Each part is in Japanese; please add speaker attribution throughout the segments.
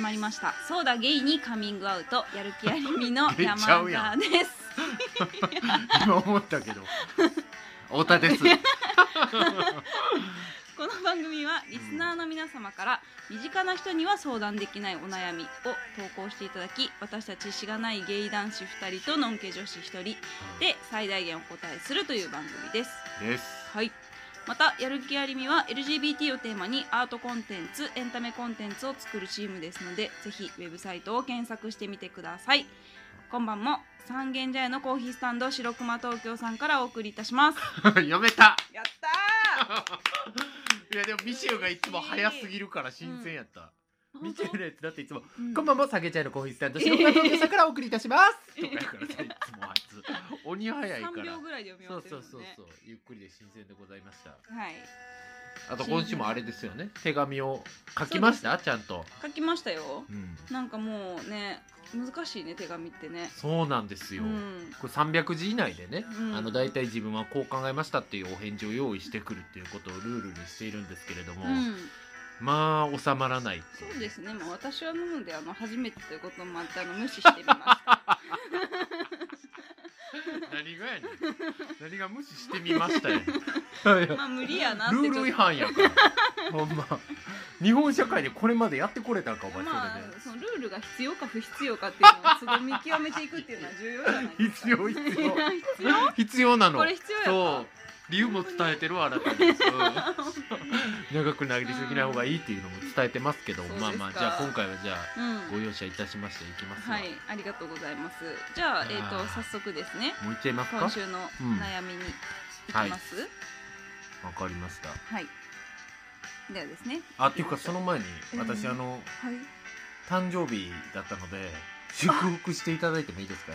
Speaker 1: まりましたソーダゲイにカミングアウトやる気ありみ の
Speaker 2: ゲイ
Speaker 1: 山
Speaker 2: ちゃうや
Speaker 1: 田
Speaker 2: ん
Speaker 1: です
Speaker 2: 今思ったけど太田です
Speaker 1: この番組はリスナーの皆様から身近な人には相談できないお悩みを投稿していただき私たちしがないゲイ男子2人とノンケ女子1人で最大限お答えするという番組です。
Speaker 2: です
Speaker 1: はいまたやる気ありみは LGBT をテーマにアートコンテンツエンタメコンテンツを作るチームですのでぜひウェブサイトを検索してみてください今晩も三軒茶屋のコーヒースタンド白熊東京さんからお送りいたします
Speaker 2: 読めた
Speaker 1: やった
Speaker 2: いやでもミシューがいつも早すぎるから新鮮やった、
Speaker 1: ー
Speaker 2: ミシューのやつだっていつも
Speaker 1: う
Speaker 2: 「
Speaker 1: ん
Speaker 2: こんばんも下げちゃいのコーヒースタンド白川の下からお送りいたします」とかやからさいつもあいつ 鬼早いから
Speaker 1: 3秒ぐらいで読み終
Speaker 2: そ
Speaker 1: わ
Speaker 2: う
Speaker 1: ってる
Speaker 2: そ
Speaker 1: もん
Speaker 2: う
Speaker 1: ね
Speaker 2: そうそうゆっくりで新鮮でございました
Speaker 1: はい
Speaker 2: あと今週もあれですよね手紙を書きましたちゃんと、
Speaker 1: 書きましたよ
Speaker 2: うん、
Speaker 1: なんかもうね難しいね手紙ってね
Speaker 2: そうなんです
Speaker 1: う
Speaker 2: よ、
Speaker 1: ん
Speaker 2: これ300字以内でね、
Speaker 1: うん
Speaker 2: あの大体自分はこう考えましたっていうお返事を用意してくるっていうことをルールにしているんですけれども、
Speaker 1: うん
Speaker 2: まあ収ま らないってい
Speaker 1: そうですねもう私はなのであの初めてということもあってあの無視してみました
Speaker 2: 何がやねん何が無視してみ ましたやねんいや
Speaker 1: まあ無理やなって
Speaker 2: ル
Speaker 1: ちょっ
Speaker 2: ー
Speaker 1: と
Speaker 2: ル違反やからほんま日本社会でこれまでやってこれたんかお前それ
Speaker 1: まあ
Speaker 2: で、
Speaker 1: そのルールが必要か不必要かっていうのを都度見極めていくっていうのは重要じゃないですか
Speaker 2: 必要必
Speaker 1: いや
Speaker 2: 要
Speaker 1: 必要
Speaker 2: 必要なの
Speaker 1: これ必要や
Speaker 2: そう理由も伝えてるわあなたに、うん 長くなりすぎない方がいいっていうのも伝えてますけど、
Speaker 1: うん
Speaker 2: まあまあ
Speaker 1: そうですか
Speaker 2: じゃあ今回はじゃあ
Speaker 1: うん
Speaker 2: ご容赦いたしましていきますよ、
Speaker 1: はいありがとうございますじゃあえっ、
Speaker 2: あ
Speaker 1: と
Speaker 2: ー
Speaker 1: 早速ですね
Speaker 2: もういっちゃいますか
Speaker 1: 今
Speaker 2: わ
Speaker 1: 週の
Speaker 2: うん
Speaker 1: 悩みにいきます、
Speaker 2: かりました
Speaker 1: はいではですね
Speaker 2: あっていうかその前に
Speaker 1: うん
Speaker 2: 私あの
Speaker 1: はい
Speaker 2: 誕生日だったので 祝福していただいてもいいですか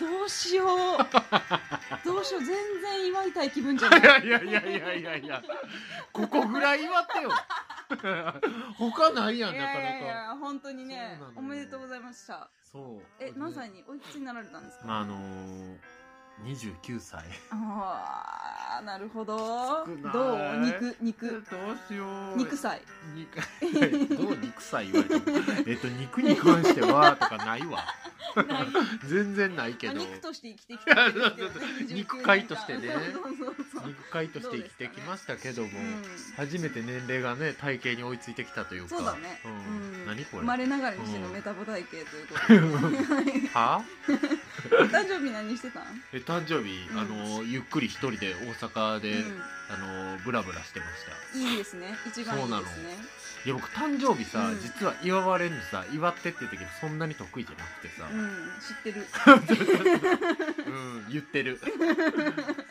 Speaker 1: どうし ようどうしよう全然祝いたい気分じゃない
Speaker 2: いやいやいやいやいやいやここぐらい祝ってよ 他ないやん
Speaker 1: い
Speaker 2: なかなか
Speaker 1: やいやいや本当にね
Speaker 2: そうなのよ
Speaker 1: おめでとうございました
Speaker 2: そう
Speaker 1: え何歳においくつになられたんですか
Speaker 2: まああのー、29歳
Speaker 1: ああなるほど
Speaker 2: 少ない
Speaker 1: どう肉肉
Speaker 2: うしよう
Speaker 1: 肉祭
Speaker 2: 肉どう肉さ言われてもえっと肉に関してはとかないわ
Speaker 1: ない
Speaker 2: 全然ないけ
Speaker 1: まあ
Speaker 2: ど
Speaker 1: 肉として生きてきたわけですけどね
Speaker 2: そうそうそう
Speaker 1: 29
Speaker 2: 肉塊としてね
Speaker 1: そうそうそうそう
Speaker 2: 肉塊として生きてきましたけども、
Speaker 1: うん
Speaker 2: 初めて年齢がね体型に追いついてきたというか
Speaker 1: そうだね
Speaker 2: う
Speaker 1: うんん
Speaker 2: 何これ
Speaker 1: 生まれながらにしてのメタボ体型という ことで
Speaker 2: は
Speaker 1: お誕生日何してたん
Speaker 2: え誕生日、
Speaker 1: うん
Speaker 2: あのゆっくり一人で大阪で、
Speaker 1: う
Speaker 2: あのブラブラしてました
Speaker 1: んいいですね一番いいですね
Speaker 2: いや僕誕生日さ、
Speaker 1: うん
Speaker 2: 実は祝われるのさ祝ってって言ったけどそんなに得意じゃなくてさ、
Speaker 1: うん知ってる
Speaker 2: うん言っ てる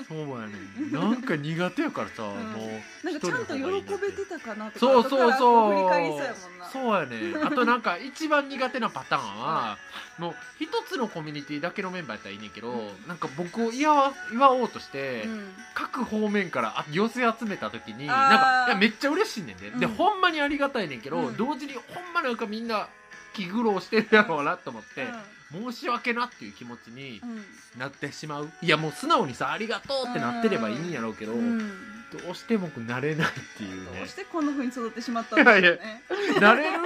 Speaker 2: そうやねんなんか苦手やからさ、
Speaker 1: ん
Speaker 2: もう
Speaker 1: なんかちゃんと喜べて
Speaker 2: た
Speaker 1: たかなとか
Speaker 2: そうそうそう
Speaker 1: 後から振り返りそうやもんな
Speaker 2: そうやねんあとなんか一番苦手なパターンはもう一つのコミュニティだけのメンバーやったらいいねんけど、
Speaker 1: うん
Speaker 2: なんか僕を祝わ祝おうとして、
Speaker 1: うん
Speaker 2: 各方面からあ寄せ集めた時に
Speaker 1: あー
Speaker 2: なんかいやめっちゃ嬉しいねんで、で
Speaker 1: うん
Speaker 2: ほんまにありがたいねんけど、
Speaker 1: うん
Speaker 2: 同時にほんまなんかみんな気苦労してるやろうなと思って、申し訳なっていう気持ちになってしまういやもう素直にさありがとうってなってればいいんやろうけど、
Speaker 1: うんうん
Speaker 2: どうしても僕なれないっていう
Speaker 1: ど
Speaker 2: ね
Speaker 1: うしてこんな風に育ってしまったんだろう
Speaker 2: いやい
Speaker 1: ね。
Speaker 2: なれる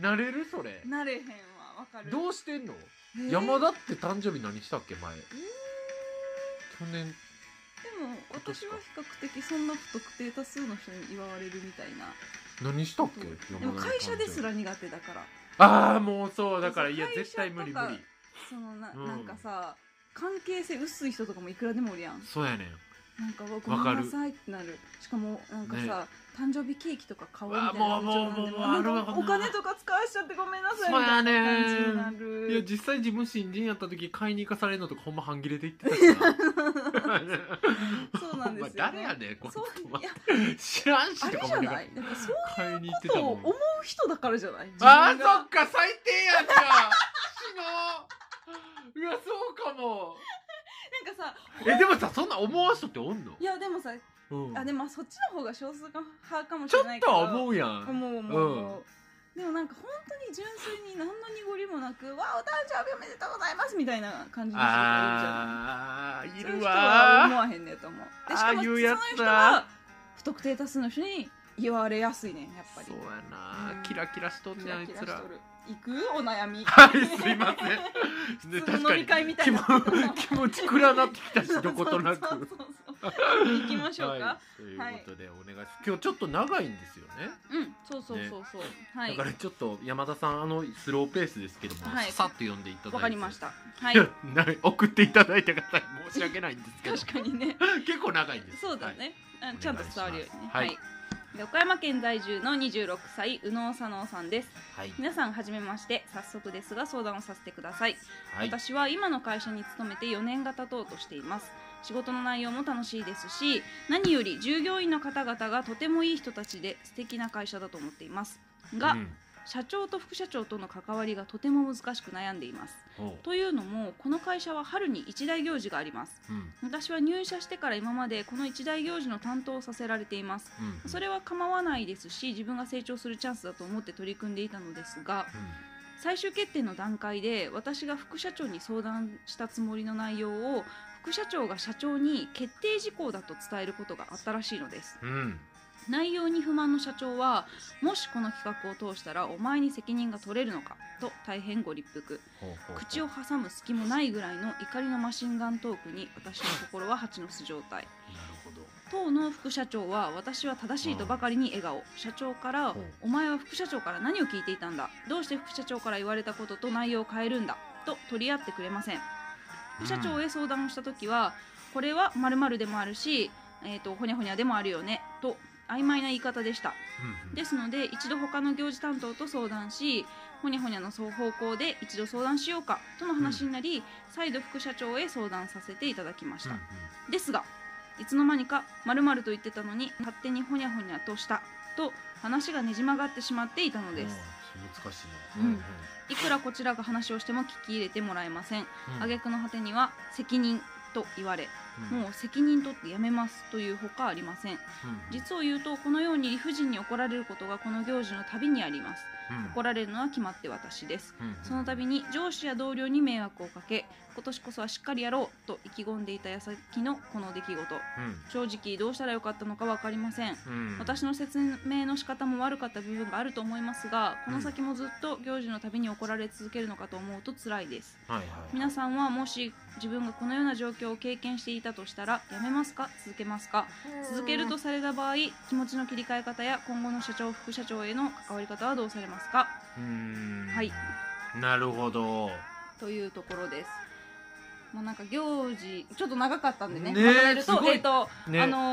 Speaker 2: なれるそれ
Speaker 1: なれへんわ、わかる。
Speaker 2: どうしてんの、
Speaker 1: えー
Speaker 2: 山田って誕生日何したっけ前、去年
Speaker 1: でも、私は比較的そんな不特定多数の人に祝われるみたいな。
Speaker 2: 何したっけ
Speaker 1: でも、
Speaker 2: 山田の誕生
Speaker 1: 会
Speaker 2: 日
Speaker 1: 社ですら苦手だから。
Speaker 2: ああもうそうだからいや
Speaker 1: 会社
Speaker 2: 絶対無理
Speaker 1: とか
Speaker 2: 無理
Speaker 1: そのな、
Speaker 2: うん
Speaker 1: なんかさ、関係性薄い人とかもいくらでもおるやん。
Speaker 2: そうやねん
Speaker 1: なんか、わご
Speaker 2: わか
Speaker 1: め
Speaker 2: る
Speaker 1: んなさいってなる。しかも、なんかさ、
Speaker 2: ね
Speaker 1: 誕生日ケーキとか買おうみ
Speaker 2: わ
Speaker 1: た
Speaker 2: あ
Speaker 1: いな
Speaker 2: もう
Speaker 1: 感情
Speaker 2: もうもう
Speaker 1: なんで
Speaker 2: も
Speaker 1: なん
Speaker 2: うある
Speaker 1: か
Speaker 2: わ
Speaker 1: お金とか使わしちゃってごめんなさいみたいな感じになる。
Speaker 2: いや実際自分信じんやった時買いに行かされるのとかほんま半切れで言ってたから
Speaker 1: そうなんですよ、ね。
Speaker 2: お前誰やねんこいつ
Speaker 1: そういや
Speaker 2: 知らんし
Speaker 1: あれ
Speaker 2: とか
Speaker 1: じ
Speaker 2: 思
Speaker 1: ゃ
Speaker 2: いながら
Speaker 1: ないなんかそう
Speaker 2: 買いに行って
Speaker 1: そ
Speaker 2: た
Speaker 1: う
Speaker 2: も
Speaker 1: 思うん人だからじゃない
Speaker 2: あー
Speaker 1: 自分が
Speaker 2: そっか最低やんか死のううわそうかも
Speaker 1: なんかさ
Speaker 2: えでもさそんな思わす人っておんの
Speaker 1: いやでもさ
Speaker 2: うん
Speaker 1: あでもまあそっちの方が少数派かもし
Speaker 2: ちょ
Speaker 1: れない
Speaker 2: っ
Speaker 1: け
Speaker 2: と
Speaker 1: ど
Speaker 2: は思うや
Speaker 1: 思
Speaker 2: ん
Speaker 1: う思う思うでもなんか本当に純粋に何の濁りもなく「わあお誕生日おめでとうございます」みたいな感じの人が
Speaker 2: あー
Speaker 1: いる
Speaker 2: い
Speaker 1: じゃんそうい
Speaker 2: る
Speaker 1: う人は思
Speaker 2: わ
Speaker 1: わへんねんと思う
Speaker 2: あ
Speaker 1: でし
Speaker 2: あ
Speaker 1: か
Speaker 2: い
Speaker 1: もそうの
Speaker 2: やつだ
Speaker 1: 人は不特定多数の人に言われやすいねやっぱり
Speaker 2: そうやな
Speaker 1: うん
Speaker 2: キラキラしとん
Speaker 1: キ
Speaker 2: ね
Speaker 1: ラ
Speaker 2: あい
Speaker 1: キラ
Speaker 2: つ
Speaker 1: し
Speaker 2: ら
Speaker 1: とる行くお悩み
Speaker 2: はいすいませ んね
Speaker 1: 普通の飲み会みたいな
Speaker 2: 確かに気持気持ち暗なってきたしどことなく
Speaker 1: そうそうそうそう行きましょうか、
Speaker 2: はい、ということでお願いします、今日ちょっと長いんですよね、
Speaker 1: うんそうそうそうそう、はい
Speaker 2: だからちょっと山田さんあのスローペースですけども、
Speaker 1: はい
Speaker 2: さっと読んでいただいて
Speaker 1: わかりましたはい
Speaker 2: いやな送っていただいた方に申し訳ないんですけど
Speaker 1: 確かにね
Speaker 2: 結構長いんです
Speaker 1: そうだね、
Speaker 2: い
Speaker 1: うんちゃんと伝わるようにね
Speaker 2: お願いしますはい
Speaker 1: で岡山県在住の26歳宇野佐野さんです
Speaker 2: はい、
Speaker 1: 皆さんはじめまして早速ですが相談をさせてください
Speaker 2: はい
Speaker 1: 私は今の会社に勤めて4年が経とうとしています仕事の内容も楽しいですし何より従業員の方々がとてもいい人たちで素敵な会社だと思っていますが、
Speaker 2: うん
Speaker 1: 社長と副社長との関わりがとても難しく悩んでいます
Speaker 2: おう
Speaker 1: というのもこの会社は春に一大行事があります
Speaker 2: うん
Speaker 1: 私は入社してから今までこの一大行事の担当をさせられています
Speaker 2: うん
Speaker 1: それは構わないですし自分が成長するチャンスだと思って取り組んでいたのですが
Speaker 2: う
Speaker 1: 最終決定の段階で私が副社長に相談したつもりの内容を副社長が社長に決定事項だと伝えることがあったらしいのです
Speaker 2: んうん
Speaker 1: 内容に不満の社長はもしこの企画を通したらお前に責任が取れるのかと大変ご立腹
Speaker 2: ほうほうほう
Speaker 1: 口を挟む隙もないぐらいの怒りのマシンガントークに私の心は蜂の巣状態
Speaker 2: なるほど
Speaker 1: 当の副社長は私は正しいとばかりに笑顔社長から
Speaker 2: うん
Speaker 1: 「お前は副社長から何を聞いていたんだどうして副社長から言われたことと内容を変えるんだ」と取り合ってくれません副社長へ相談をした時は「これは〇〇でもあるし、えー、とほにゃほにゃでもあるよね」と曖昧な言い方でした
Speaker 2: うんうん
Speaker 1: ですので一度他の行事担当と相談しほにゃほにゃの双方向で一度相談しようかとの話になり、再度副社長へ相談させていただきまし
Speaker 2: うん
Speaker 1: た、
Speaker 2: うん
Speaker 1: ですがいつの間にか〇〇と言ってたのに勝手にほにゃほにゃとしたと話がねじ曲がってしまっていたのです
Speaker 2: うん難しいね
Speaker 1: うんいくらこちらが話をしても聞き入れてもらえません
Speaker 2: うん
Speaker 1: 挙句の果てには責任と言われ
Speaker 2: うん
Speaker 1: もう責任取ってやめますというほかありません
Speaker 2: うん
Speaker 1: 実を言うとこのように理不尽に怒られることがこの行事の度にあります
Speaker 2: うん
Speaker 1: 怒られるのは決まって私です
Speaker 2: うんうん
Speaker 1: その度に上司や同僚に迷惑をかけ今年こそはしっかりやろうと意気込んでいた矢先のこの出来事
Speaker 2: うん
Speaker 1: 正直どうしたらよかったのか分かりません
Speaker 2: うん
Speaker 1: 私の説明の仕方も悪かった部分があると思いますがこの先もずっと行事のたびに怒られ続けるのかと思うと辛いです
Speaker 2: はいはい
Speaker 1: 皆さんはもし自分がこのような状況を経験していたとしたらやめますか続けますか続けるとされた場合気持ちの切り替え方や今後の社長副社長への関わり方はどうされますか
Speaker 2: うーん
Speaker 1: はい
Speaker 2: なるほど
Speaker 1: というところですまあなんか行事ちょっと長かったんでね
Speaker 2: ねえ
Speaker 1: まとめる
Speaker 2: す
Speaker 1: と
Speaker 2: ごい
Speaker 1: えっと
Speaker 2: ね
Speaker 1: あの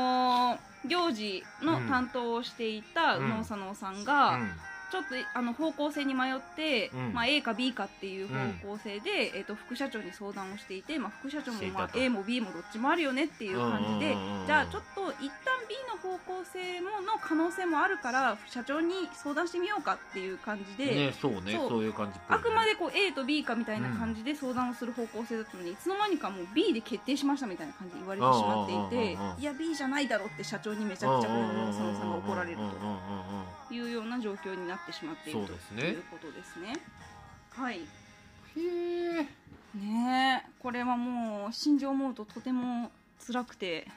Speaker 1: ー行事の担当をしていた
Speaker 2: うん
Speaker 1: 宇野佐野さん
Speaker 2: う
Speaker 1: が、
Speaker 2: ん
Speaker 1: ちょっとあの方向性に迷って、
Speaker 2: うん
Speaker 1: まあ、A か B かっていう方向性で、えっと副社長に相談をしていて、まあ、副社長も、まあ
Speaker 2: し、ていたと
Speaker 1: A も B もどっちもあるよねっていう感じで
Speaker 2: うんうんうんうん
Speaker 1: じゃあちょっと一旦 B の方向性もの可能性もあるから社長に相談してみようかっていう感じで。
Speaker 2: ねそうね
Speaker 1: そう
Speaker 2: そういう感じっぽ
Speaker 1: あ
Speaker 2: いね
Speaker 1: くまでこう A と B かみたいな感じで相談をする方向性だったのに、いつの間にかもう B で決定しましたみたいな感じで言われてしまってい
Speaker 2: うんうんうんうんうん
Speaker 1: ていや B じゃないだろうって社長にめちゃくちゃこの野さんが怒られる
Speaker 2: うんうんうんうんうんうん
Speaker 1: というような状況になってしまっている
Speaker 2: そうです
Speaker 1: と
Speaker 2: ね
Speaker 1: いうことですね。はい
Speaker 2: へえ
Speaker 1: ねえこれはもう心情を思うととても辛くて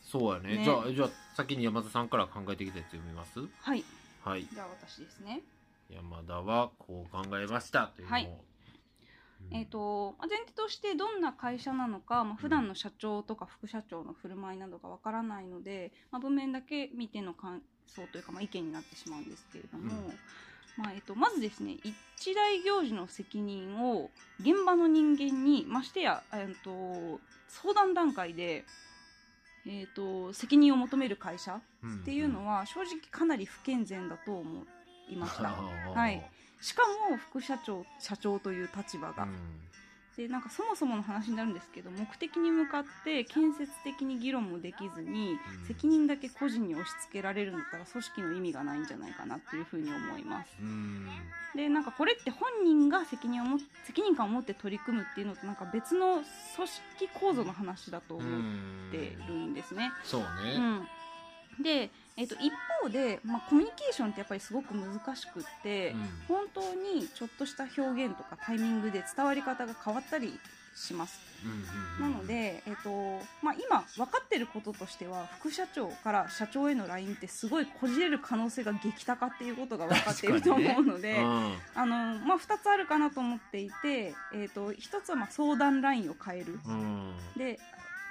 Speaker 2: そうやね
Speaker 1: ね
Speaker 2: じゃあじゃあ先に山田さんから考えてきたやつ読みます
Speaker 1: はい
Speaker 2: はい
Speaker 1: じゃあ私ですね。
Speaker 2: 山田はこう考えましたというのを
Speaker 1: はい
Speaker 2: うん
Speaker 1: えーとまあ前提としてどんな会社なのか、まあ普段の社長とか副社長の振る舞いなどがわからないので、まあ、文面だけ見ての感想というか、まあ、意見になってしまうんですけれども、
Speaker 2: うん
Speaker 1: まあえー、とまずですね一大行事の責任を現場の人間にましてや、えー、と相談段階で、えー、と責任を求める会社っていうのは正直かなり不健全だと思いまし た。はいしかも副社長社長という立場
Speaker 2: う
Speaker 1: が、
Speaker 2: ん
Speaker 1: でなんかそもそもの話になるんですけど目的に向かって建設的に議論もできずに、
Speaker 2: うん
Speaker 1: 責任だけ個人に押し付けられるんだったら組織の意味がないんじゃないかなっていうふうに思います
Speaker 2: うん
Speaker 1: でなんかこれって本人が責任をも責任感を持って取り組むっていうのとなんか別の組織構造の話だと
Speaker 2: う
Speaker 1: 思っ
Speaker 2: ん
Speaker 1: てるんですね、
Speaker 2: そう
Speaker 1: う
Speaker 2: ね
Speaker 1: んで、えっと一方で、まあ、コミュニケーションってやっぱりすごく難しくって、
Speaker 2: うん
Speaker 1: 本当にちょっとした表現とかタイミングで伝わり方が変わったりします。
Speaker 2: うん
Speaker 1: なの、で、えっとまあ、今分かってることとしては副社長から社長への LINE ってすごいこじれる可能性が激高っていうことが分かっていると
Speaker 2: 確かにね
Speaker 1: 思うの
Speaker 2: う
Speaker 1: で、
Speaker 2: んうん
Speaker 1: あのまあ、2つあるかなと思っていて、えっと1つはまあ相談 LINE を変える。
Speaker 2: うん
Speaker 1: で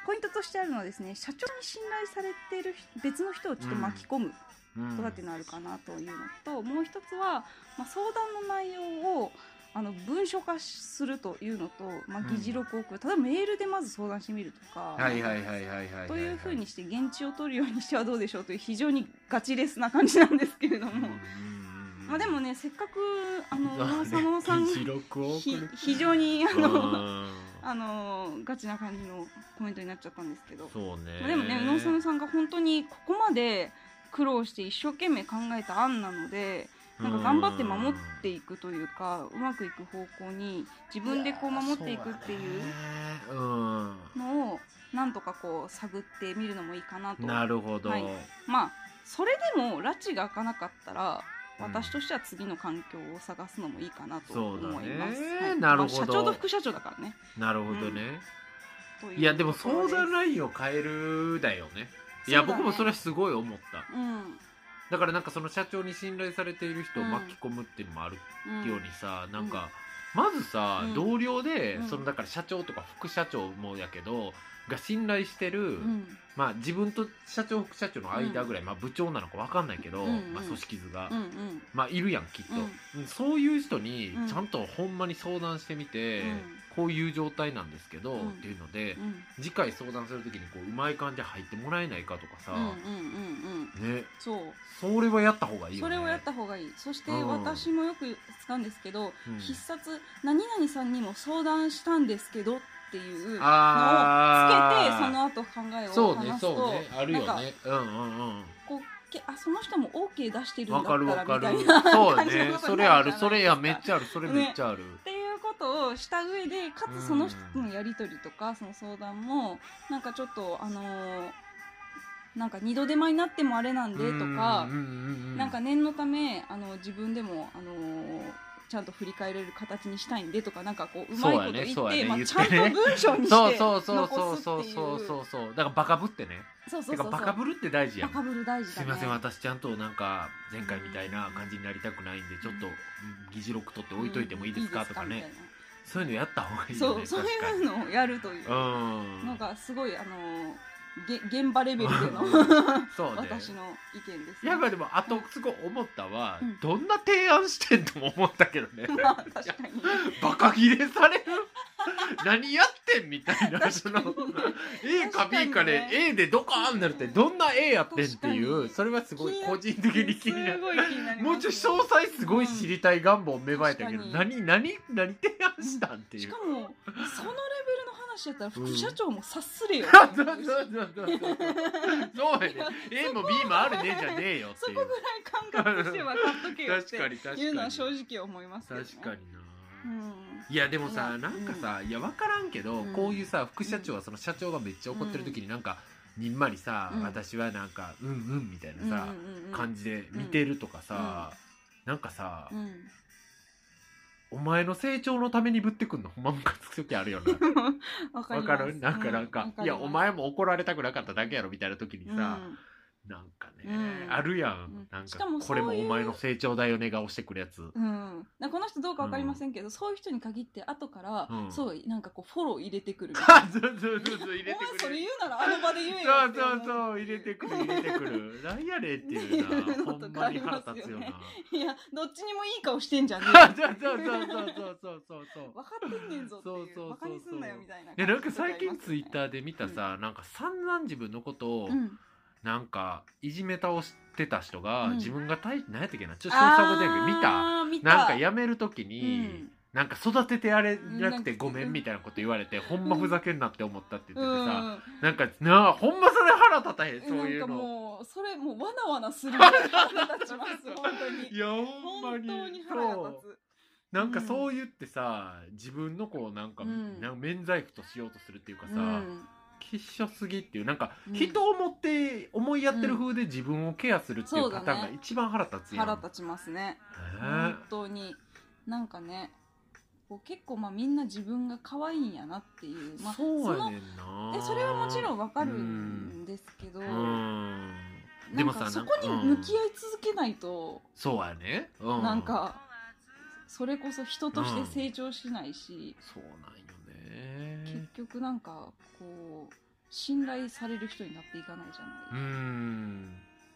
Speaker 1: ポイントとしてあるのはですね社長に信頼されている人別の人をちょっと巻き込む
Speaker 2: うん
Speaker 1: ことだっていうのはあるかなというのと、もう一つは、まあ、相談の内容をあの文書化するというのと、まあ、
Speaker 2: うん
Speaker 1: 議事録を送る、例えばメールでまず相談してみるとか、
Speaker 2: はいはいはいはいはいはは
Speaker 1: というふうにして現地を取るようにしてはどうでしょうという非常にガチレスな感じなんですけれども、まあ、でもねせっかくあ の佐野さんが
Speaker 2: 記録を
Speaker 1: ひ非常にあの
Speaker 2: の
Speaker 1: あのガチな感じのコメントになっちゃったんですけど。
Speaker 2: そうね
Speaker 1: まあでもね宇野園
Speaker 2: さ
Speaker 1: さんが本当にここまで苦労して一生懸命考えた案なのでなんか頑張って守っていくというかうまくいく方向に自分でこう守っていくっていう
Speaker 2: うだね
Speaker 1: のをなんとかこう探ってみるのもいいかな
Speaker 2: う
Speaker 1: と
Speaker 2: んなるほど、
Speaker 1: はいまあそれでも拉致が開かなかったら
Speaker 2: うん
Speaker 1: 私としては次の環境を探すのもいいかなと
Speaker 2: そ
Speaker 1: 思
Speaker 2: うだね
Speaker 1: います。はい
Speaker 2: なるほど
Speaker 1: まあ社長と副社長だからね。
Speaker 2: なるほどね、
Speaker 1: とう
Speaker 2: いやでも
Speaker 1: ところ
Speaker 2: 相
Speaker 1: す
Speaker 2: 談ラインを変えるだよねい
Speaker 1: そ
Speaker 2: や
Speaker 1: うだね
Speaker 2: 僕もそれはすごい思った
Speaker 1: うん
Speaker 2: だからなんかその社長に信頼されている人を巻き込むっていうのもある
Speaker 1: うん
Speaker 2: ようにさ、なんかまずさ、
Speaker 1: うん
Speaker 2: 同僚で、
Speaker 1: うん
Speaker 2: そのだから社長とか副社長もやけどが信頼してる、
Speaker 1: うん
Speaker 2: まあ自分と社長副社長の間ぐらい、まあ部長なのか分かんないけど、
Speaker 1: うんうん
Speaker 2: まあ、組織図が、
Speaker 1: うんうん
Speaker 2: まあいるやんきっと、うんそういう人に
Speaker 1: うん
Speaker 2: ちゃんとほんまに相談してみて、
Speaker 1: うん
Speaker 2: こういう状態なんですけど、
Speaker 1: うん
Speaker 2: っていうので、
Speaker 1: うん
Speaker 2: 次回相談する時にこううまい感じで入ってもらえないかとかさ、
Speaker 1: うんうんうんうん
Speaker 2: ね
Speaker 1: そう
Speaker 2: それはやった方がいいよ
Speaker 1: そ
Speaker 2: ね
Speaker 1: れをやった方がいいそして
Speaker 2: うん
Speaker 1: 私もよく使うんですけど、
Speaker 2: うん
Speaker 1: 必殺「何々さんにも相談したんですけど」っていうのをつけて
Speaker 2: あー
Speaker 1: その後考え
Speaker 2: そ
Speaker 1: を
Speaker 2: うね
Speaker 1: 話す
Speaker 2: そ
Speaker 1: と
Speaker 2: うねあるよ
Speaker 1: なんか
Speaker 2: ねうんうんうん
Speaker 1: こうけあその人も OK 出してるんだ
Speaker 2: わ
Speaker 1: った
Speaker 2: からる
Speaker 1: み
Speaker 2: わか
Speaker 1: た
Speaker 2: る
Speaker 1: いな
Speaker 2: そう
Speaker 1: 感じの
Speaker 2: ね
Speaker 1: こと
Speaker 2: そ
Speaker 1: に
Speaker 2: れ
Speaker 1: な
Speaker 2: あ
Speaker 1: じ
Speaker 2: る
Speaker 1: ゃないですか
Speaker 2: それやめっちゃあるそれめっちゃある、
Speaker 1: っていうことをした上でかつその人とのやり取りとかその相談もなんかちょっとあのーなんか二度手間になってもあれなんでとか
Speaker 2: うんうんうんう
Speaker 1: なんか念のためあの自分でも、あのーちゃんと振り返れる形にしたいんでとかなんかこううまいこと言って,、
Speaker 2: そうやねそうやね
Speaker 1: まあ、
Speaker 2: 言っ
Speaker 1: ちゃん
Speaker 2: てね
Speaker 1: と文章にして
Speaker 2: そう
Speaker 1: 残
Speaker 2: そ
Speaker 1: す
Speaker 2: う
Speaker 1: って
Speaker 2: そ
Speaker 1: いう
Speaker 2: うそうそうそうそうそうだからバカぶってね
Speaker 1: そうそうそう
Speaker 2: てかバカぶるって大事や
Speaker 1: バ
Speaker 2: ん
Speaker 1: カぶる大事
Speaker 2: す
Speaker 1: だ
Speaker 2: い
Speaker 1: ね
Speaker 2: ません私ちゃんとなんか前回みたいな感じになりたくないんでちょっと議事録取って置いといてもいいですかとか
Speaker 1: うんいい
Speaker 2: ね
Speaker 1: ですかみ
Speaker 2: そういうのやった方がいい
Speaker 1: たい
Speaker 2: よ
Speaker 1: な
Speaker 2: ね
Speaker 1: そうそういうのをやるという
Speaker 2: 確かにうん
Speaker 1: のがすごいあのーげ現場レベルでの
Speaker 2: そうね
Speaker 1: 私の意見です、ね、
Speaker 2: やっぱでもあとすごい思ったは、
Speaker 1: うん
Speaker 2: どんな提案してんとも思ったけどね
Speaker 1: まあ確かに
Speaker 2: バカ切れされる 何やってんみたいなそ の
Speaker 1: 確かに
Speaker 2: A か B かで、
Speaker 1: 確かに
Speaker 2: A でドカーンなるってどんな A やってんってい
Speaker 1: 確かに
Speaker 2: うそれはすごい個人的に気にな
Speaker 1: す
Speaker 2: る
Speaker 1: ごい気になりますね
Speaker 2: もうちょい詳細すごい知りたい願望芽生えたけど、
Speaker 1: うん確か
Speaker 2: 何何何提案したんってい
Speaker 1: し
Speaker 2: う
Speaker 1: か。もそのレベルの話やったら副社長も察す れよ、
Speaker 2: そうそうそうそうそうやね A も B もあるねじゃねえよっ
Speaker 1: そ
Speaker 2: て
Speaker 1: こ
Speaker 2: い
Speaker 1: ぐらいう感覚として分かっとけよっ
Speaker 2: 確か
Speaker 1: て
Speaker 2: に確かに
Speaker 1: いうのは正直思いますけど、ね、
Speaker 2: 確かにな、
Speaker 1: うん
Speaker 2: いやでも
Speaker 1: う
Speaker 2: さ
Speaker 1: ん
Speaker 2: なんかさいや分からんけど、
Speaker 1: うん
Speaker 2: こういうさ副社長はその社長がめっちゃ怒ってる時になんか、にんまりさ、
Speaker 1: うん
Speaker 2: 私はなんかうんうんみたいなさ、
Speaker 1: うんうんうん
Speaker 2: 感じで見てるとかさ、なんかさ、
Speaker 1: うん
Speaker 2: お前の成長のためにぶってくんのほんまムカつく時あるよな
Speaker 1: わかり
Speaker 2: わ
Speaker 1: ま
Speaker 2: か
Speaker 1: す
Speaker 2: るなんかなん
Speaker 1: う
Speaker 2: か
Speaker 1: わ、ります
Speaker 2: いやお前も怒られたくなかっただけやろみたいな時に
Speaker 1: う
Speaker 2: さ、
Speaker 1: ん
Speaker 2: なんかね、
Speaker 1: うん
Speaker 2: あるやん、
Speaker 1: ん
Speaker 2: なん
Speaker 1: し
Speaker 2: か
Speaker 1: かもそういう
Speaker 2: これもお前の成長だよね顔してくるやつ、
Speaker 1: うん、なんかこの人どうかわかりませんけど、そういう人に限って後から、
Speaker 2: うん
Speaker 1: そうなんかこうフォロー入れてく る
Speaker 2: そうそうそうそう入れて
Speaker 1: お前
Speaker 2: く
Speaker 1: それ
Speaker 2: る
Speaker 1: 言うならあの場で言えよ
Speaker 2: そう
Speaker 1: って思
Speaker 2: そうそう入れてくる入れてくるなんやねんっていうな
Speaker 1: ね
Speaker 2: ほんまに腹立つよな
Speaker 1: いやどっちにもいい顔してんじゃね
Speaker 2: そう
Speaker 1: えよ
Speaker 2: そうそうそうそうそうそうそう
Speaker 1: 分かってんねんぞっていう
Speaker 2: そうそうそうそう
Speaker 1: バカにすんなよみたいな感
Speaker 2: い
Speaker 1: じ
Speaker 2: やな
Speaker 1: の
Speaker 2: ん
Speaker 1: 人
Speaker 2: か
Speaker 1: がい
Speaker 2: 最
Speaker 1: ますよ
Speaker 2: 近
Speaker 1: ね
Speaker 2: ツイッターで見たさ、なんか散々自分のことを、
Speaker 1: うん
Speaker 2: なんかいじめ倒してた人が、
Speaker 1: うん
Speaker 2: 自分がたい何やったっけなちょっと詳細は覚えてないけど見た
Speaker 1: あー見た
Speaker 2: なんか辞める時
Speaker 1: う
Speaker 2: に、
Speaker 1: ん
Speaker 2: なんか育ててやれなく
Speaker 1: う
Speaker 2: て
Speaker 1: ん
Speaker 2: ごめんみたいなこと言われて、ほんまふざけんなって思ったって言っててさ、
Speaker 1: うん
Speaker 2: なんかなあほんまそれ腹立たへんそう
Speaker 1: ないん
Speaker 2: う
Speaker 1: か
Speaker 2: の
Speaker 1: もうそれもうわなわな するような腹立ちます本当
Speaker 2: い
Speaker 1: に
Speaker 2: やほんま
Speaker 1: 本
Speaker 2: に
Speaker 1: 当に腹が
Speaker 2: そう
Speaker 1: 立
Speaker 2: なんかそう言ってさ自分のこうなんか,、
Speaker 1: うん
Speaker 2: なんか免罪符としようとするっていうか
Speaker 1: つう
Speaker 2: さ、
Speaker 1: ん
Speaker 2: きっしょすぎっていうなんか
Speaker 1: うん
Speaker 2: 人を持って思いやってる風で自分をケアするってい
Speaker 1: そううだね
Speaker 2: パターンが一番腹立つやん、
Speaker 1: 腹立ちますね
Speaker 2: ねえ
Speaker 1: 本当になんかねこう結構まあみんな自分が可愛いんやなっていう、まあ、
Speaker 2: そうや
Speaker 1: の
Speaker 2: ねんな
Speaker 1: でそれはもちろんわかる
Speaker 2: うん
Speaker 1: んですけど、
Speaker 2: うん
Speaker 1: な
Speaker 2: で
Speaker 1: ん
Speaker 2: も
Speaker 1: か
Speaker 2: さ
Speaker 1: そこに
Speaker 2: なん
Speaker 1: 向き合い続けないと、
Speaker 2: そうやね、う
Speaker 1: なんかそれこそ人として成長しないし、
Speaker 2: そうなんよ
Speaker 1: 結
Speaker 2: ね
Speaker 1: 局なんかこう信頼される人になっていかないじゃ
Speaker 2: う
Speaker 1: ない
Speaker 2: ん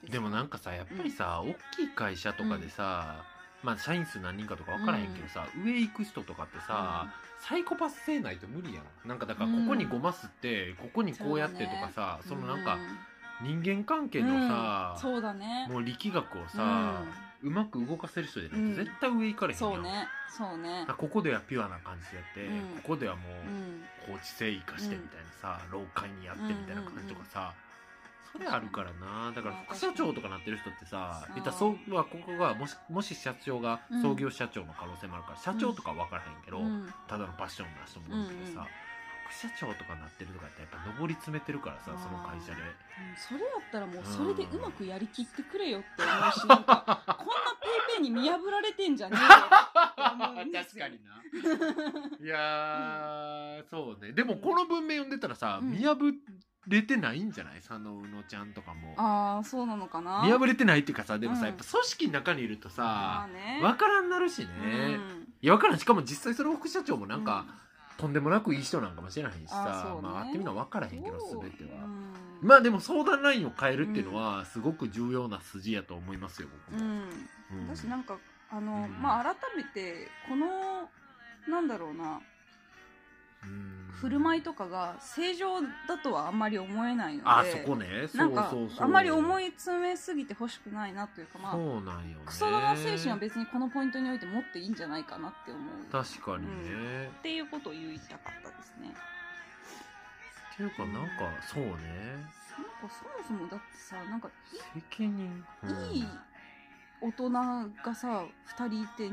Speaker 1: ですか。
Speaker 2: でもなんかさやっぱりさ、大きい会社とかでさ、まあ社員数何人かとか分からへんけどさ、上行く人とかってさ、サイコパス性ないと無理やんなんかだからここにごますって、ここにこうやってとかさそ,、のなんか人間関係のさ
Speaker 1: うん、そうだね。
Speaker 2: もう力学をさ、うまく動かせる人じゃないと絶対上行か
Speaker 1: う
Speaker 2: れ
Speaker 1: ん
Speaker 2: へんやん、
Speaker 1: そうね、そうね
Speaker 2: だか。らここではピュアな感じでやって、
Speaker 1: うん
Speaker 2: ここではもう、
Speaker 1: うん、
Speaker 2: 高知生活してみたいなさ、廊下にやってみたいな感じとかさ、
Speaker 1: うん
Speaker 2: それあるからなだから
Speaker 1: まあ
Speaker 2: 副社長とかなってる人ってさ
Speaker 1: 確かに
Speaker 2: 言ったらそうはここがもしもし社長が
Speaker 1: うん
Speaker 2: 創業社長の可能性もあるから、社長とか分からへんけど、
Speaker 1: うん
Speaker 2: ただのパッションな人もいるけどさ、
Speaker 1: うんうん
Speaker 2: 副社長とかなってるとかってやっぱ上り詰めてるからさ
Speaker 1: あー
Speaker 2: その会社
Speaker 1: う
Speaker 2: で
Speaker 1: んそれやったらもうそれでうまくやりきってくれよって思うし、なんかこんなペイペイに見破られてんじゃねえよって思うんですよ。
Speaker 2: な いやー、そうねでもこの文面読んでたらさ、
Speaker 1: うん
Speaker 2: 見破れてないんじゃない佐野うのちゃんとかも
Speaker 1: ああ、そうなのかな。
Speaker 2: 見破れてないっていうかさでもさ、
Speaker 1: うん
Speaker 2: やっぱ組織の中にいると
Speaker 1: まあ
Speaker 2: さ、
Speaker 1: ね。
Speaker 2: 分からんなるしね、
Speaker 1: うん
Speaker 2: いや分からんしかも実際その副社長もなんか、、とんでもなくいい人なんかもしれないし
Speaker 1: あ
Speaker 2: さ
Speaker 1: そうね
Speaker 2: まあ会ってみるのは分からへんけど
Speaker 1: そう
Speaker 2: 全ては、
Speaker 1: うん
Speaker 2: まあでも相談ラインを変えるっていうのはすごく重要な筋やと思いますよ
Speaker 1: う
Speaker 2: 僕も、
Speaker 1: ん。
Speaker 2: うん
Speaker 1: 私なんかあの、
Speaker 2: うん
Speaker 1: まあ改めてこのなんだろうな
Speaker 2: うん
Speaker 1: 振る舞いとかが正常だとはあんまり思えないので
Speaker 2: あそこね
Speaker 1: なんか
Speaker 2: そうそうそう
Speaker 1: あんまり思い詰めすぎてほしくないなというかま
Speaker 2: そう
Speaker 1: あ
Speaker 2: なんよね
Speaker 1: クソ玉精神は別にこのポイントにおいて持っていいんじゃないかなって思うっ
Speaker 2: 確かにね、って
Speaker 1: いうことを言いたかったですね
Speaker 2: ていうかなんかそうね
Speaker 1: なんかそもそもだってさなんか
Speaker 2: 責任、うん
Speaker 1: いい大人がさ2人いて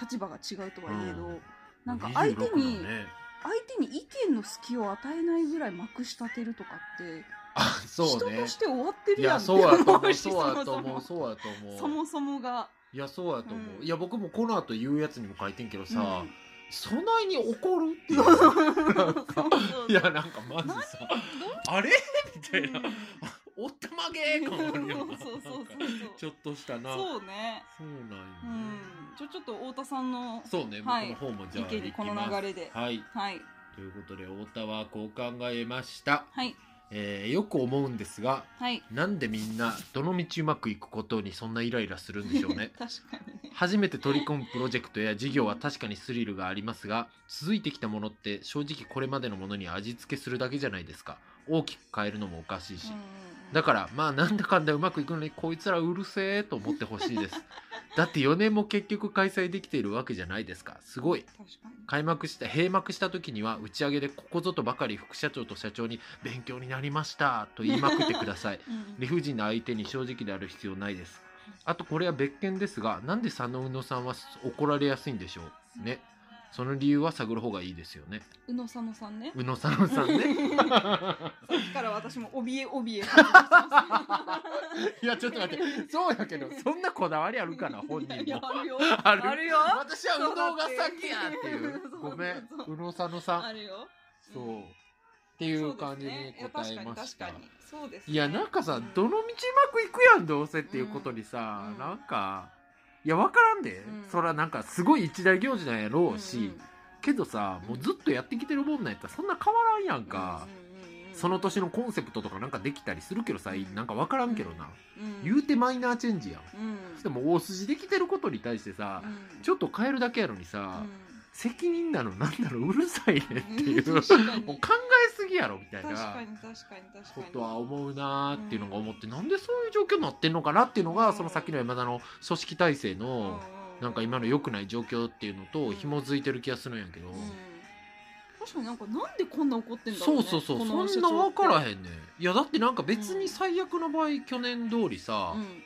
Speaker 1: 立場が違うとはいえど、
Speaker 2: うん
Speaker 1: なんか相手に、
Speaker 2: 26のね
Speaker 1: 相手に意見の隙を与えないぐらいまくし立てるとかって、
Speaker 2: あそうね
Speaker 1: 人として終わって
Speaker 2: い
Speaker 1: るやん
Speaker 2: や
Speaker 1: って
Speaker 2: そう
Speaker 1: 思
Speaker 2: やと思
Speaker 1: う
Speaker 2: う
Speaker 1: し
Speaker 2: そうやと
Speaker 1: そ
Speaker 2: 思
Speaker 1: もそも
Speaker 2: うそうやと思う
Speaker 1: そもそもが
Speaker 2: いやそうやと思う、
Speaker 1: うん
Speaker 2: いや僕もこの後言うやつにも書いてんけどさ、
Speaker 1: うん
Speaker 2: そないに怒るってい
Speaker 1: そう そう
Speaker 2: う
Speaker 1: そう
Speaker 2: いやなんかマジさあれみたいな、
Speaker 1: うん
Speaker 2: おったまげ 感あるよ な
Speaker 1: そうそうそうそう
Speaker 2: なんかちょっとしたな
Speaker 1: そうね
Speaker 2: そうなんよね、
Speaker 1: うんちょちょっと太田さんの
Speaker 2: そうね、
Speaker 1: はい
Speaker 2: 僕の方もじ
Speaker 1: 意
Speaker 2: ゃあ
Speaker 1: 見にこの流れで
Speaker 2: いきますはい
Speaker 1: はい
Speaker 2: ということで太田はこう考えました、
Speaker 1: はい
Speaker 2: えーよく思うんですが
Speaker 1: はい
Speaker 2: なんでみんなどの道うまくいくことにそんなイライラするんでしょうね
Speaker 1: 確かにね
Speaker 2: 初めて取り込むプロジェクトや事業は確かにスリルがありますが続いてきたものって正直これまでのものに味付けするだけじゃないですか大きく変えるのもおかしいしだからまあなんだかんだうまくいくのにこいつらうるせえと思ってほしいですだって4年も結局開催できているわけじゃないですかすごい
Speaker 1: ら確かに
Speaker 2: 開幕した閉幕した時には打ち上げでここぞとばかり副社長と社長に「勉強になりました」と言いまくってください
Speaker 1: うん
Speaker 2: 理不尽な相手に正直である必要ないですあとこれは別件ですがなんで佐野宇野さんは怒られやすいんでしょうねその理由は探る方がいいですよね
Speaker 1: 宇野佐野さんね
Speaker 2: 宇野さんさんね
Speaker 1: さっきから私も怯え怯え感じてま
Speaker 2: いやちょっと待ってそうやけどそんなこだわりあるかな
Speaker 1: す
Speaker 2: 本
Speaker 1: い
Speaker 2: 人
Speaker 1: や
Speaker 2: も
Speaker 1: あるよ
Speaker 2: ある
Speaker 1: あるよ
Speaker 2: 私は宇野が先やってい
Speaker 1: そうだっ
Speaker 2: う
Speaker 1: て
Speaker 2: ごめん
Speaker 1: そうそうそう
Speaker 2: 宇野さんのさ
Speaker 1: あ
Speaker 2: ん
Speaker 1: るよ
Speaker 2: そう
Speaker 1: うん
Speaker 2: っていう感じに答えました
Speaker 1: そうですねいや確かに確かにそうですね
Speaker 2: いやなんか
Speaker 1: う
Speaker 2: さ
Speaker 1: ん
Speaker 2: どの道うまくいくやんどうせっていうことにさ、
Speaker 1: うん
Speaker 2: なんかいや分からんで、
Speaker 1: うん
Speaker 2: そらなんかすごい一大行事なんやろ
Speaker 1: うん
Speaker 2: うし、けどさもうずっとやってきてるもんなんやったらそんな変わらんやんか、その年のコンセプトとかなんかできたりするけどさ、
Speaker 1: うん
Speaker 2: なんか分からんけどな、
Speaker 1: うん
Speaker 2: 言うてマイナーチェンジやん、
Speaker 1: うん
Speaker 2: でも大筋できてることに対してさ、
Speaker 1: うん
Speaker 2: ちょっと変えるだけやのにさ、責任なのなんだろううるさいね
Speaker 1: うん
Speaker 2: っていう、
Speaker 1: 確かに
Speaker 2: もう考えすぎやろみたいな
Speaker 1: 確かに確かに確か
Speaker 2: こ
Speaker 1: に
Speaker 2: とは思うなーっていうのが思って、なんでそういう状況になってんのかなっていうのが、
Speaker 1: うん
Speaker 2: そのさっきの山田の組織体制
Speaker 1: う
Speaker 2: の、
Speaker 1: うう
Speaker 2: なんか今の良くない状況っていうの
Speaker 1: う
Speaker 2: と
Speaker 1: ん
Speaker 2: 紐づいてる気がするんやけど、
Speaker 1: うん確かになんかなんでこんな怒ってんだろうね
Speaker 2: そうそうそう
Speaker 1: こ
Speaker 2: そ
Speaker 1: の
Speaker 2: んな分から
Speaker 1: ん
Speaker 2: へんねいやだってなんか別に最悪の場合、去年通りさ、
Speaker 1: うん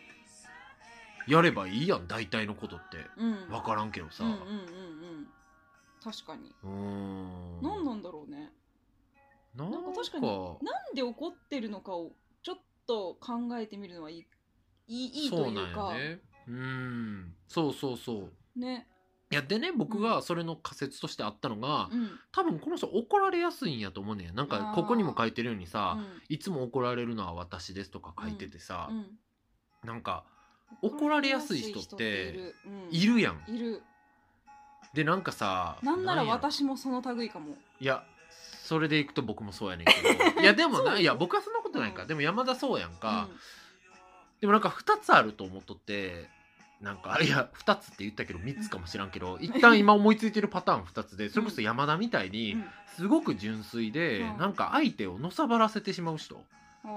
Speaker 2: やればいいやん大体のことって
Speaker 1: うん
Speaker 2: 分からんけどさ
Speaker 1: うんうんうんうん確かに
Speaker 2: うーん
Speaker 1: 何なんだろうね
Speaker 2: なん
Speaker 1: なんか確かになんで怒ってるのかをちょっと考えてみるのはいいいいいいという
Speaker 2: そう
Speaker 1: か
Speaker 2: なんやねうんそうそうそう
Speaker 1: ね
Speaker 2: いやでね僕がそれの仮説としてあったのが、
Speaker 1: うん
Speaker 2: 多分この人怒られやすいんやと思うねんなんかここにも書いてるようにさ、
Speaker 1: うん
Speaker 2: いつも怒られるのは私ですとか書いててさ、
Speaker 1: うん
Speaker 2: なんか怒られやすい人って
Speaker 1: るうん
Speaker 2: いるやん。
Speaker 1: いる
Speaker 2: でなんかさ
Speaker 1: なんなら
Speaker 2: やろ
Speaker 1: 私もその類かも
Speaker 2: いやそれでいくと僕もそうやねんけ どいやでも
Speaker 1: そう
Speaker 2: な
Speaker 1: よ
Speaker 2: いや僕はそんなことないか、
Speaker 1: うん
Speaker 2: でも山田そうやんか、
Speaker 1: うん
Speaker 2: でもなんか2つあると思っとってなんかいや2つって言ったけど3つかもしらんけど、一旦今思いついてるパターン2つでそれこそ山田みたいにすごく純粋で、
Speaker 1: うん
Speaker 2: なんか相手をのさばらせてしまう人、
Speaker 1: うん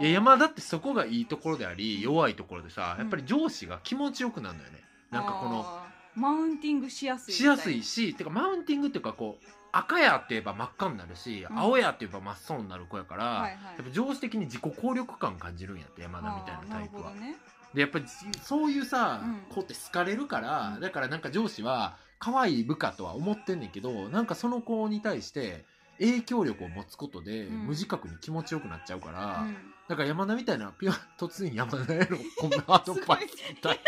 Speaker 2: いや山田ってそこがいいところであり弱いところで
Speaker 1: う
Speaker 2: さ
Speaker 1: ん
Speaker 2: やっぱり上司が気持ちよくなるのよね、なんかこの
Speaker 1: あーマウンティングしやすい
Speaker 2: しやすいしてかマウンティングっていうかこう赤やって言えば真っ赤になるし、
Speaker 1: うん
Speaker 2: 青やって言えば真っ青になる子やから、
Speaker 1: はいはい
Speaker 2: やっぱ上司的に自己効力感感じるんやって山田みたいなタイプ
Speaker 1: あ
Speaker 2: は。
Speaker 1: ーなるほどね
Speaker 2: でやっぱりそういうさ、
Speaker 1: うん
Speaker 2: 子って好かれるから、
Speaker 1: うん
Speaker 2: だからなんか上司は可愛い部下とは思ってんねんけどなんかその子に対して影響力を持つことで、
Speaker 1: うん
Speaker 2: 無自覚に気持ちよくなっちゃうから、
Speaker 1: うん
Speaker 2: だから山田みたいなピュア突然山田や ろこんなアドバイスみたい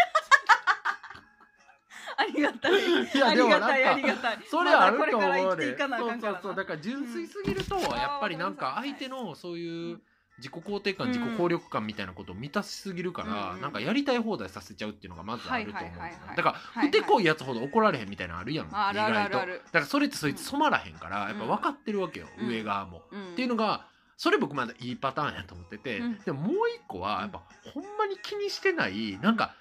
Speaker 1: ありがたい
Speaker 2: いや
Speaker 1: あ
Speaker 2: で
Speaker 1: り
Speaker 2: も
Speaker 1: が
Speaker 2: な
Speaker 1: たいあ
Speaker 2: ん
Speaker 1: り
Speaker 2: か
Speaker 1: がたい
Speaker 2: それあると思
Speaker 1: まだこ
Speaker 2: う
Speaker 1: れから生きていか
Speaker 2: ね
Speaker 1: なあかん
Speaker 2: そ
Speaker 1: か
Speaker 2: うそうそう
Speaker 1: ら
Speaker 2: だ
Speaker 1: な
Speaker 2: から純粋すぎるとやっぱりなんか相手のそういう自己肯定感、
Speaker 1: うん
Speaker 2: 自己効力感みたいなことを満たしすぎるから、
Speaker 1: うん
Speaker 2: なんかやりたい放題させちゃうっていうのがまずあると思う、
Speaker 1: はいはいはいはい
Speaker 2: だから、
Speaker 1: はいはい
Speaker 2: 不手こいやつほど怒られへんみたいなのあるやん
Speaker 1: ああるあるあ
Speaker 2: 意
Speaker 1: るあ
Speaker 2: 外と
Speaker 1: る
Speaker 2: だからそれってそいつ染まらへんから、
Speaker 1: うん
Speaker 2: やっぱ分かってるわけよ、
Speaker 1: うん
Speaker 2: 上側も、
Speaker 1: うん
Speaker 2: っていうのがそれ僕まだいいパターンやと思ってて、
Speaker 1: うん
Speaker 2: でももう一個はやっぱほんまに気にしてないなんか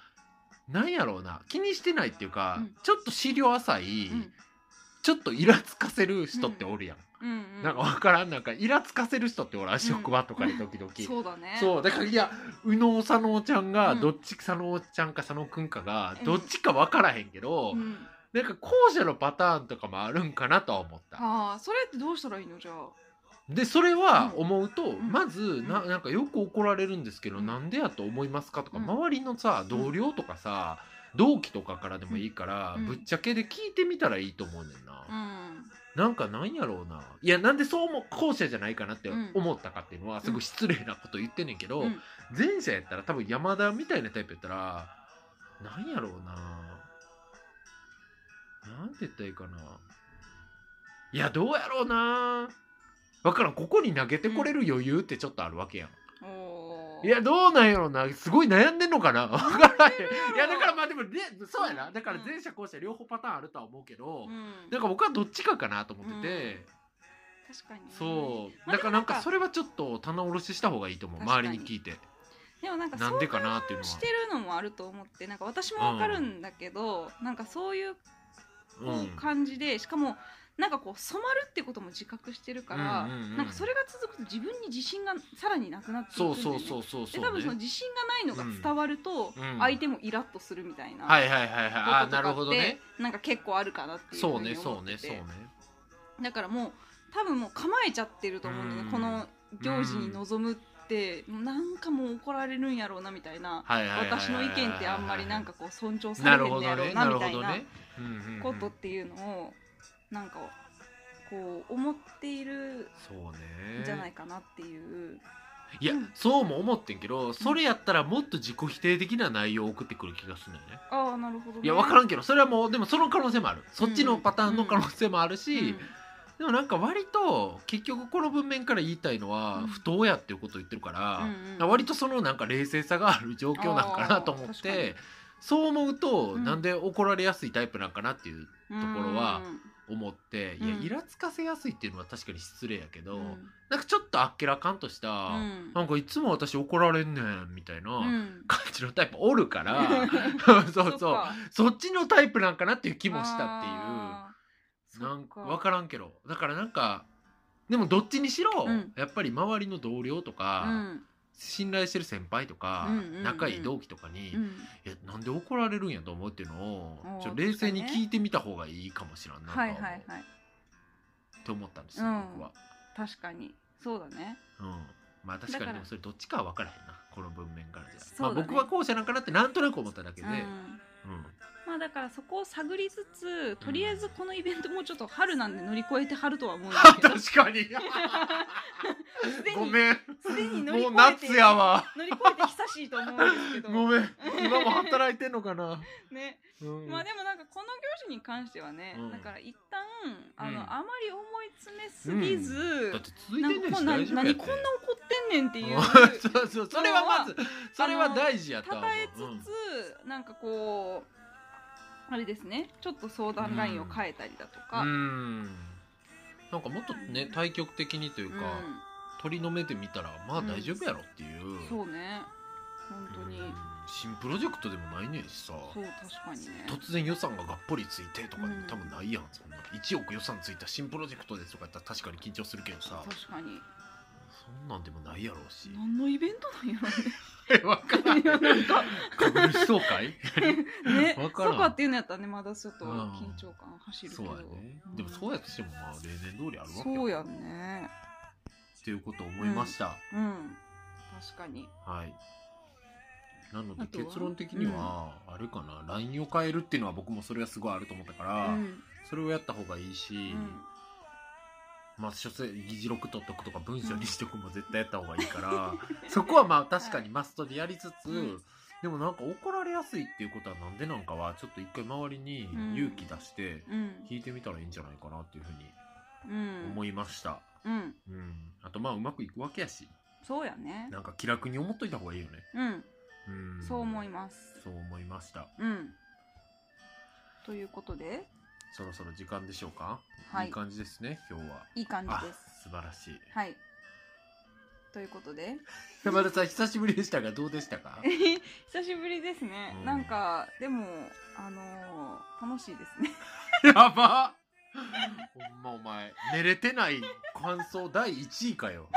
Speaker 2: なんやろうな気にしてないっていうか、
Speaker 1: うん
Speaker 2: ちょっと資料浅い、
Speaker 1: うん
Speaker 2: ちょっとイラつかせる人っておるやん、
Speaker 1: うんうん
Speaker 2: なんか分からんなんかイラつかせる人っておらん、職場とかで時々、
Speaker 1: そうだね
Speaker 2: そうだからいや右脳佐野ちゃんが、
Speaker 1: うん
Speaker 2: どっち佐野ちゃんか佐野くんかが
Speaker 1: うん
Speaker 2: どっちか分からへんけど、
Speaker 1: うん
Speaker 2: なんか後者のパターンとかもあるんかなとは思った。
Speaker 1: ああそれってどうしたらいいのじゃあ
Speaker 2: でそれは思うと、
Speaker 1: ん
Speaker 2: まず、な
Speaker 1: う
Speaker 2: なんかよく怒られるんですけど、
Speaker 1: うん
Speaker 2: なんでやと思いますかとか、
Speaker 1: うん
Speaker 2: 周りのさ同僚とかさ、同期とかからでもいいから、
Speaker 1: うん
Speaker 2: ぶっちゃけで聞いてみたらいいと思うねんな、
Speaker 1: うん
Speaker 2: なんかなんやろうないやなんでそう思う後者じゃないかなって
Speaker 1: うん
Speaker 2: 思ったかっていうのは、すごい失礼なこと言ってんねんけど、
Speaker 1: うん
Speaker 2: 前者やったら多分山田みたいなタイプやったらなんやろうななんて言ったらいいかないやどうやろうなわからんここに投げてこれる余裕ってちょっとあるわけやん、
Speaker 1: おー
Speaker 2: いやどうなんやろうなすごい悩んでんのかな わからんいやだからまあでもねそうやなだから前者後者両方パターンあるとは思うけど、
Speaker 1: うん
Speaker 2: なんか僕はどっちかかなと思ってて、
Speaker 1: 確かにね
Speaker 2: そう
Speaker 1: まあ
Speaker 2: だからなん
Speaker 1: でもなん
Speaker 2: か
Speaker 1: か
Speaker 2: それはちょっと棚卸しした方がいいと思う
Speaker 1: 確かに
Speaker 2: 周りに聞いて
Speaker 1: でもなんか
Speaker 2: な
Speaker 1: そ
Speaker 2: ん
Speaker 1: う
Speaker 2: でかなっていうのは
Speaker 1: してるのもあると思ってなんか私もわかるんだけど、なんかそういうこう感じで、しかもなんかこう染まるってことも自覚してるから、
Speaker 2: うんうんうん
Speaker 1: なんかそれが続くと自分に自信がさらになくなっていくんだ
Speaker 2: そ
Speaker 1: よ
Speaker 2: う
Speaker 1: ね
Speaker 2: そうそうそうそう、
Speaker 1: で多分その自信がないのが伝わると、
Speaker 2: うんうん
Speaker 1: 相手もイラッとするみたいな、
Speaker 2: はいはいはいはい
Speaker 1: こととか
Speaker 2: あ
Speaker 1: って
Speaker 2: なるほどね
Speaker 1: なんか結構あるかなっていうふ
Speaker 2: そう
Speaker 1: う
Speaker 2: ね
Speaker 1: に
Speaker 2: そ
Speaker 1: 思
Speaker 2: う
Speaker 1: って
Speaker 2: ね
Speaker 1: て
Speaker 2: そうね
Speaker 1: だからもう多分もう構えちゃってると思うんだよ
Speaker 2: う
Speaker 1: ね
Speaker 2: ん
Speaker 1: この行事に臨むってなんかもう怒られるんやろうなみたいな
Speaker 2: はいはいはいはいはい
Speaker 1: 私の意見ってあんまりなんかこう尊重さ
Speaker 2: な
Speaker 1: れ
Speaker 2: る
Speaker 1: て
Speaker 2: ほ
Speaker 1: ん
Speaker 2: ど
Speaker 1: やろ
Speaker 2: ね
Speaker 1: うな
Speaker 2: なる
Speaker 1: み
Speaker 2: ほ
Speaker 1: たい
Speaker 2: ど
Speaker 1: な
Speaker 2: ねうんうんうん
Speaker 1: ことっていうのをなんかこう思っている
Speaker 2: そうね
Speaker 1: んじゃないかなっていう。
Speaker 2: いや
Speaker 1: うん
Speaker 2: そうも思ってんけどそれやったらもっと自己否定的な内容を送ってくる気がするんだよね
Speaker 1: ああなるほど、ね。
Speaker 2: いや分からんけどそれはもうでもその可能性もあるそっちのパターンの可能性もある
Speaker 1: う
Speaker 2: し、
Speaker 1: ん
Speaker 2: でもなんか割と結局この文面から言いたいの
Speaker 1: うん
Speaker 2: は不当やっていうことを言ってるから、
Speaker 1: うんうん
Speaker 2: 割とそのなんか冷静さがある状況なんかなと思
Speaker 1: あ
Speaker 2: っ
Speaker 1: ー確かに
Speaker 2: てそう思うと
Speaker 1: うん
Speaker 2: なんで怒られやすいタイプなんかなっていうところは思って、いや
Speaker 1: うん
Speaker 2: イラつかせやすいっていうのは確かに失礼やけ
Speaker 1: うんう
Speaker 2: ど、
Speaker 1: ん
Speaker 2: なんかちょっとあっけらかんとした、
Speaker 1: うん
Speaker 2: なんかいつも私怒られんねんみたい
Speaker 1: うん
Speaker 2: な感じのタイプおるから そ
Speaker 1: そ
Speaker 2: うそ
Speaker 1: っ
Speaker 2: う
Speaker 1: か
Speaker 2: そっちのタイプなんかなっていう気もしたっていう。
Speaker 1: あー
Speaker 2: なん
Speaker 1: そ
Speaker 2: か
Speaker 1: っ
Speaker 2: 分からんけどだからなんかでもどっちにしろ、
Speaker 1: うん
Speaker 2: やっぱり周りの同僚とか、
Speaker 1: うん
Speaker 2: 信頼してる先輩とか、
Speaker 1: うんうんうん
Speaker 2: 仲いい同期とかに、
Speaker 1: うん
Speaker 2: えなんで怒られるんやと思うっていうの
Speaker 1: お
Speaker 2: を
Speaker 1: ー
Speaker 2: ちょっと冷静に
Speaker 1: 確かに
Speaker 2: 聞いてみた方がいいかもしれんなとは
Speaker 1: は
Speaker 2: 思、
Speaker 1: いうはいはい
Speaker 2: って思ったんですよ、
Speaker 1: うん
Speaker 2: 僕は、
Speaker 1: 確かにそうだね
Speaker 2: うん、まあ確
Speaker 1: だか
Speaker 2: かに
Speaker 1: ら
Speaker 2: でもそれどっちかは分からへんなこの文面からじゃ、
Speaker 1: そう
Speaker 2: ま
Speaker 1: だ
Speaker 2: あ
Speaker 1: ね
Speaker 2: 僕は後者なんかなってなんとなく思っただけで、
Speaker 1: うん
Speaker 2: うん
Speaker 1: まあだからそこを探りつつとりあえずこのイベントもうちょっと春なんで乗り越えて春とは思うんだ けど
Speaker 2: 確 かに
Speaker 1: すで
Speaker 2: ご
Speaker 1: に
Speaker 2: めん
Speaker 1: すでに乗り
Speaker 2: も
Speaker 1: 越えて
Speaker 2: う夏やわ
Speaker 1: 乗り越えて久しいと思うんですけど
Speaker 2: ごめん今も働いてんのかな、
Speaker 1: ね
Speaker 2: うん
Speaker 1: まあでもなんかこの行事に関してはね、
Speaker 2: うん
Speaker 1: だから一旦あの、
Speaker 2: うん
Speaker 1: あまり思い詰めすぎず、
Speaker 2: だって続い
Speaker 1: な
Speaker 2: て
Speaker 1: ん
Speaker 2: ん
Speaker 1: か
Speaker 2: ねん
Speaker 1: こ
Speaker 2: し
Speaker 1: うな
Speaker 2: 大
Speaker 1: 何
Speaker 2: 丈
Speaker 1: こん
Speaker 2: 夫
Speaker 1: な
Speaker 2: や
Speaker 1: 怒っ
Speaker 2: って
Speaker 1: てんねんっていう
Speaker 2: そうそうそれはまずそれは大事やと
Speaker 1: た
Speaker 2: は
Speaker 1: たえつ
Speaker 2: 思う、
Speaker 1: つ、なんかこうあれですねちょっと相談ラインを変えたりだとか、
Speaker 2: う
Speaker 1: うん
Speaker 2: んなんかもっとね対極的にというか、取りの目で見たらまあ大丈夫やろっていう、
Speaker 1: そうね本当に、
Speaker 2: うん新プロジェクトでもないねんしさ
Speaker 1: そう確かにね
Speaker 2: 突然予算ががっぽりついてとかで
Speaker 1: う
Speaker 2: も
Speaker 1: ん
Speaker 2: 多分ないやん、そんな1億予算ついた新プロジェクトですとかやったら確かに緊張するけどさ
Speaker 1: 確かに
Speaker 2: そんなんでもないやろうし
Speaker 1: 何のイベントなんやろ
Speaker 2: 分からん
Speaker 1: いやなん か
Speaker 2: 株主総会
Speaker 1: ね、
Speaker 2: わ
Speaker 1: そ
Speaker 2: からん
Speaker 1: かっていうのやったらね、まだちょっと
Speaker 2: うん
Speaker 1: 緊張感走るけ
Speaker 2: そう
Speaker 1: ど。
Speaker 2: やね、でもそうやとしてもまあ例年通りあるわけや
Speaker 1: そうやね。
Speaker 2: っていうことを思いました、
Speaker 1: うん。確かに。
Speaker 2: はいなので
Speaker 1: あとは
Speaker 2: 結論的には、あれかな LINE を変えるっていうのは僕もそれはすごいあると思ったから、
Speaker 1: うん。
Speaker 2: それをやった方がいいし、
Speaker 1: うん
Speaker 2: まあ書籍議事録取っとくとか文章にしておくも絶対やった方がいいから、 そこはまあ確かにマストでやりつつ、
Speaker 1: うん
Speaker 2: でもなんか怒られやすいっていうことはなんでなんかはちょっと一回周りに勇気出して
Speaker 1: うん。
Speaker 2: 聞いてみたらいいんじゃないかなっていうふうに
Speaker 1: うん。
Speaker 2: 思いました、
Speaker 1: うん。
Speaker 2: うんあとまあうまくいくわけやし
Speaker 1: そうやね。
Speaker 2: なんか気楽に思っといた方がいいよね、
Speaker 1: うん。
Speaker 2: うん、
Speaker 1: そう思います。
Speaker 2: そう思いました
Speaker 1: うん。ということで、
Speaker 2: そろそろ時間でしょうか、
Speaker 1: はい
Speaker 2: いい感じですね今日はい
Speaker 1: い感
Speaker 2: あ
Speaker 1: じです。
Speaker 2: 素晴らしい
Speaker 1: はい。ということで、
Speaker 2: 山田さん久しぶりでしたがどうでしたか
Speaker 1: 久しぶりですね
Speaker 2: う。ん
Speaker 1: なんか、でも、あのー、楽しいですね。
Speaker 2: やばほんまお前寝れてない感想第1位かよ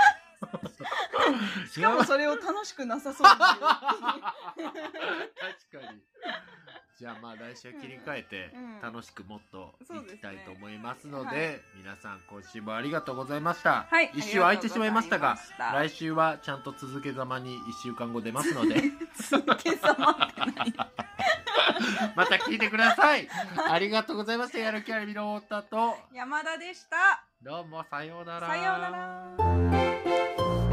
Speaker 1: しかもそれを楽しくな さそうに
Speaker 2: 確
Speaker 1: 言うっていう。
Speaker 2: かにじゃあまあ来週は切り替えて
Speaker 1: うんうん
Speaker 2: 楽しくもっと
Speaker 1: そう
Speaker 2: い
Speaker 1: ですね
Speaker 2: きたいと思いますので,、
Speaker 1: はい
Speaker 2: 皆さん今週もありがとうございました、
Speaker 1: はい。
Speaker 2: 1週空いてしまいましたが
Speaker 1: あり
Speaker 2: 来週はちゃんと続けざまに1週間後出ますの で
Speaker 1: がとうございました、けさまってない。
Speaker 2: また聞いてくださいありがとうございましたやる気ありみの太田と
Speaker 1: 山田でした。
Speaker 2: どうもさようなら
Speaker 1: さようなら。